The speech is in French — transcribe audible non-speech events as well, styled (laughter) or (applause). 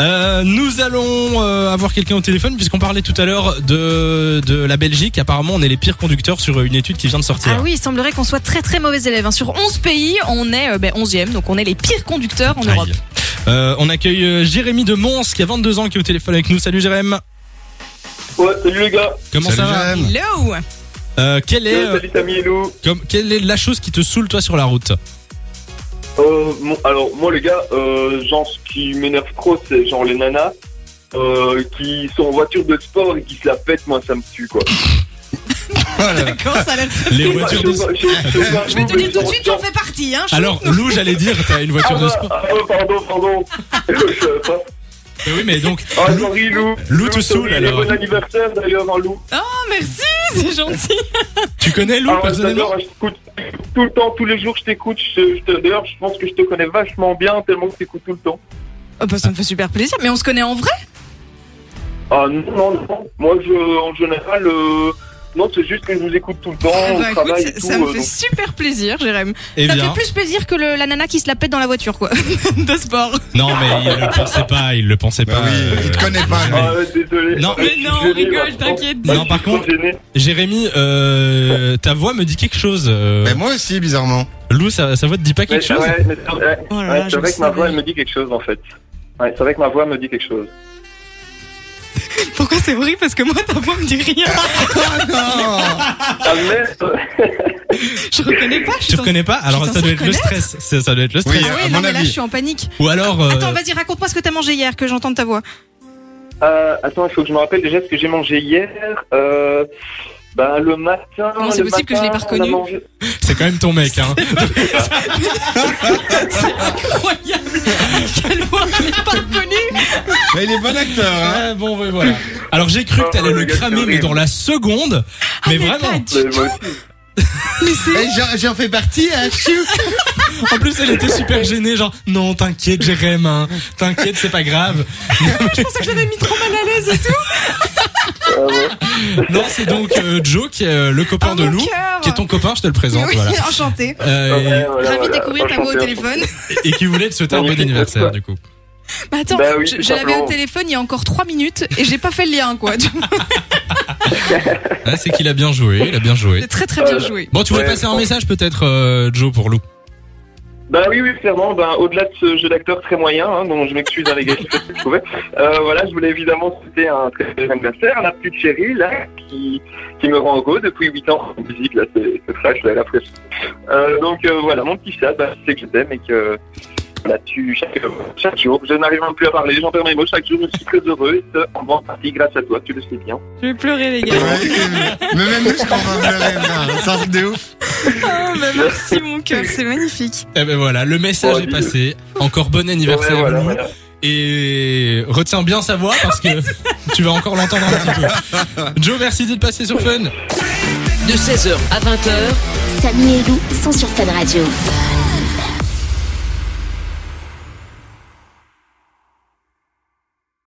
Euh, nous allons euh, avoir quelqu'un au téléphone puisqu'on parlait tout à l'heure de, de la Belgique. Apparemment, on est les pires conducteurs sur euh, une étude qui vient de sortir. Ah oui, il semblerait qu'on soit très très mauvais élève. hein. Sur 11 pays, on est euh, ben, 11e, donc on est les pires conducteurs en Aïe. Europe. Euh, on accueille euh, Jérémy de Mons qui a 22 ans qui est au téléphone avec nous. Salut Jérémy. Ouais, salut les gars. Comment Salut, ça va Jérém. Hello Euh, quelle, est, Euh, euh, Salut Samy et Lou. comme- quelle est la chose qui te saoule toi sur la route Euh, mon- alors, moi, les gars, euh, genre, ce qui m'énerve trop, c'est genre les nanas euh, qui sont en voiture de sport et qui se la pètent. Moi, ça me tue, quoi. (laughs) Ah, D'accord, ça a l'air- Les Je sais voitures pas, de... je sais pas, je sais pas, Je vais te dire tout de suite, genre- j'en fais partie. Hein, je- Alors, Lou, j'allais dire, t'as une voiture de Ah, sport. ah, ah, pardon, pardon. (laughs) je sais pas. Mais oui, mais donc, Ah, Lou, sorry, Lou. Lou te sorry, saoule, et alors. Bon anniversaire, d'ailleurs, hein, Lou. Oh, merci, c'est gentil. tu connais Lou Ah, ouais, personnellement d'accord, je t'écoute tout le temps, tous les jours, je t'écoute. Je- je te- D'ailleurs, je pense que je te connais vachement bien, tellement que je t'écoute tout le temps. Oh, bah, ça me fait super plaisir, mais on se connaît en vrai Ah non, non, non. Moi, je, en général, euh, non, c'est juste que je vous écoute tout le temps, Eh au ben, écoute, travail et ça- tout. ça me euh, fait donc- super plaisir, Jérém. Eh ça bien, fait plus plaisir que le- la nana qui se la pète dans la voiture, quoi. (laughs) de sport. non, mais il le pensait pas, il le pensait Bah pas. oui, euh, il te connaît pas, lui. Ah, ouais, désolé. Non, Je suis on gêné, rigole, maintenant. t'inquiète. Ah, Non, par je suis contre- trop gêné. Jérémy, euh, ta voix me dit quelque chose. euh, Mais moi aussi, bizarrement. Lou, sa, sa voix te dit pas Mais- quelque (laughs) chose ouais, mais c'est ouais, Oh là ouais, là, je c'est vrai le que ma savais. voix, elle me dit quelque chose, en fait. Ouais, c'est vrai que ma voix me dit quelque chose. Pourquoi c'est horrible Parce que moi, ta voix me dit rien. Ah, merde Je reconnais pas, je Tu suis en- reconnais pas Alors Putain, ça sans doit être le reconnaître. stress. Ça, ça doit être le Oui, stress. Ah à oui, mon non, mais là, avis. je suis en panique. Ou alors, euh, Attends, vas-y, raconte-moi ce que t'as mangé hier, que j'entende ta voix. Euh, Attends, il faut que je me rappelle déjà ce que j'ai mangé hier. Euh, bah, le matin. Comment c'est le possible que je l'ai pas matin, on a reconnu mangé- c'est quand même ton mec. Hein. C'est incroyable à quel point je l'ai pas reconnu. Mais il est bon acteur, hein. Ah, bon, ouais, voilà. Alors j'ai cru que t'allais Oh, le le gars, cramer, c'est mais horrible. dans la seconde. Ah, Mais Ah, mais pas vraiment. du- Mais moi (laughs) aussi. Mais c'est Et j'en- j'en fais partie, hein. tchou. En plus, elle était super gênée, genre non, t'inquiète, Jérémy, hein. t'inquiète, c'est pas grave. je pensais que j'avais mis trop mal à l'aise et tout. Ah, ouais. Non, c'est donc euh, Joe, qui est, euh, le copain Ah, de mon Lou, cœur. qui est ton copain, je te le présente, Oui, voilà. enchanté. Euh, Ouais, et- voilà, Ravi de voilà. découvrir ta voix au Enchanté. téléphone. et, qui voulait te souhaiter un bon Magnifique, anniversaire, ouais. du coup. Bah attends, Bah oui, je, tout je l'avais simplement. au téléphone il y a encore 3 minutes et j'ai pas fait le lien quoi. Tu vois, Ah, c'est qu'il a bien joué, il a bien J'ai joué. très très Euh. bien joué. Bon, tu voulais Ouais, passer un bon. message peut-être, euh, Joe, pour Lou. Bah oui, oui, clairement. Ben, au-delà de ce jeu d'acteur très moyen, hein, dont je m'excuse hein, les gars, je sais pas si je pouvais. Euh, voilà, je voulais évidemment souhaiter un très bon anniversaire à la petite chérie là, qui, qui me rend go depuis 8 ans en musique. Là, c'est c'est trash, là, la fraîche. Euh, donc euh, voilà, mon petit chat, bah, je sais que je t'aime et que voilà, tu chaque, chaque jour, je n'arrive même plus à parler, j'en perds mes mots. Chaque jour, je suis très heureux, et ce, en grande partie grâce à toi. Tu le sais bien. Je vais pleurer les Ouais, gars. mais- mais même nous, je comprends pas le rêve, truc de ouf. Ah, bah, merci mon cœur, c'est magnifique. Eh ben voilà, le message Oh, est dis-le. passé. Encore bon anniversaire, Ouais, voilà, Lou. voilà. Et retiens bien sa voix (laughs) parce que tu vas encore l'entendre un petit peu. Joe, merci d'être passé sur Fun. De 16h à 20h, Samy et Lou sont sur Fan Radio.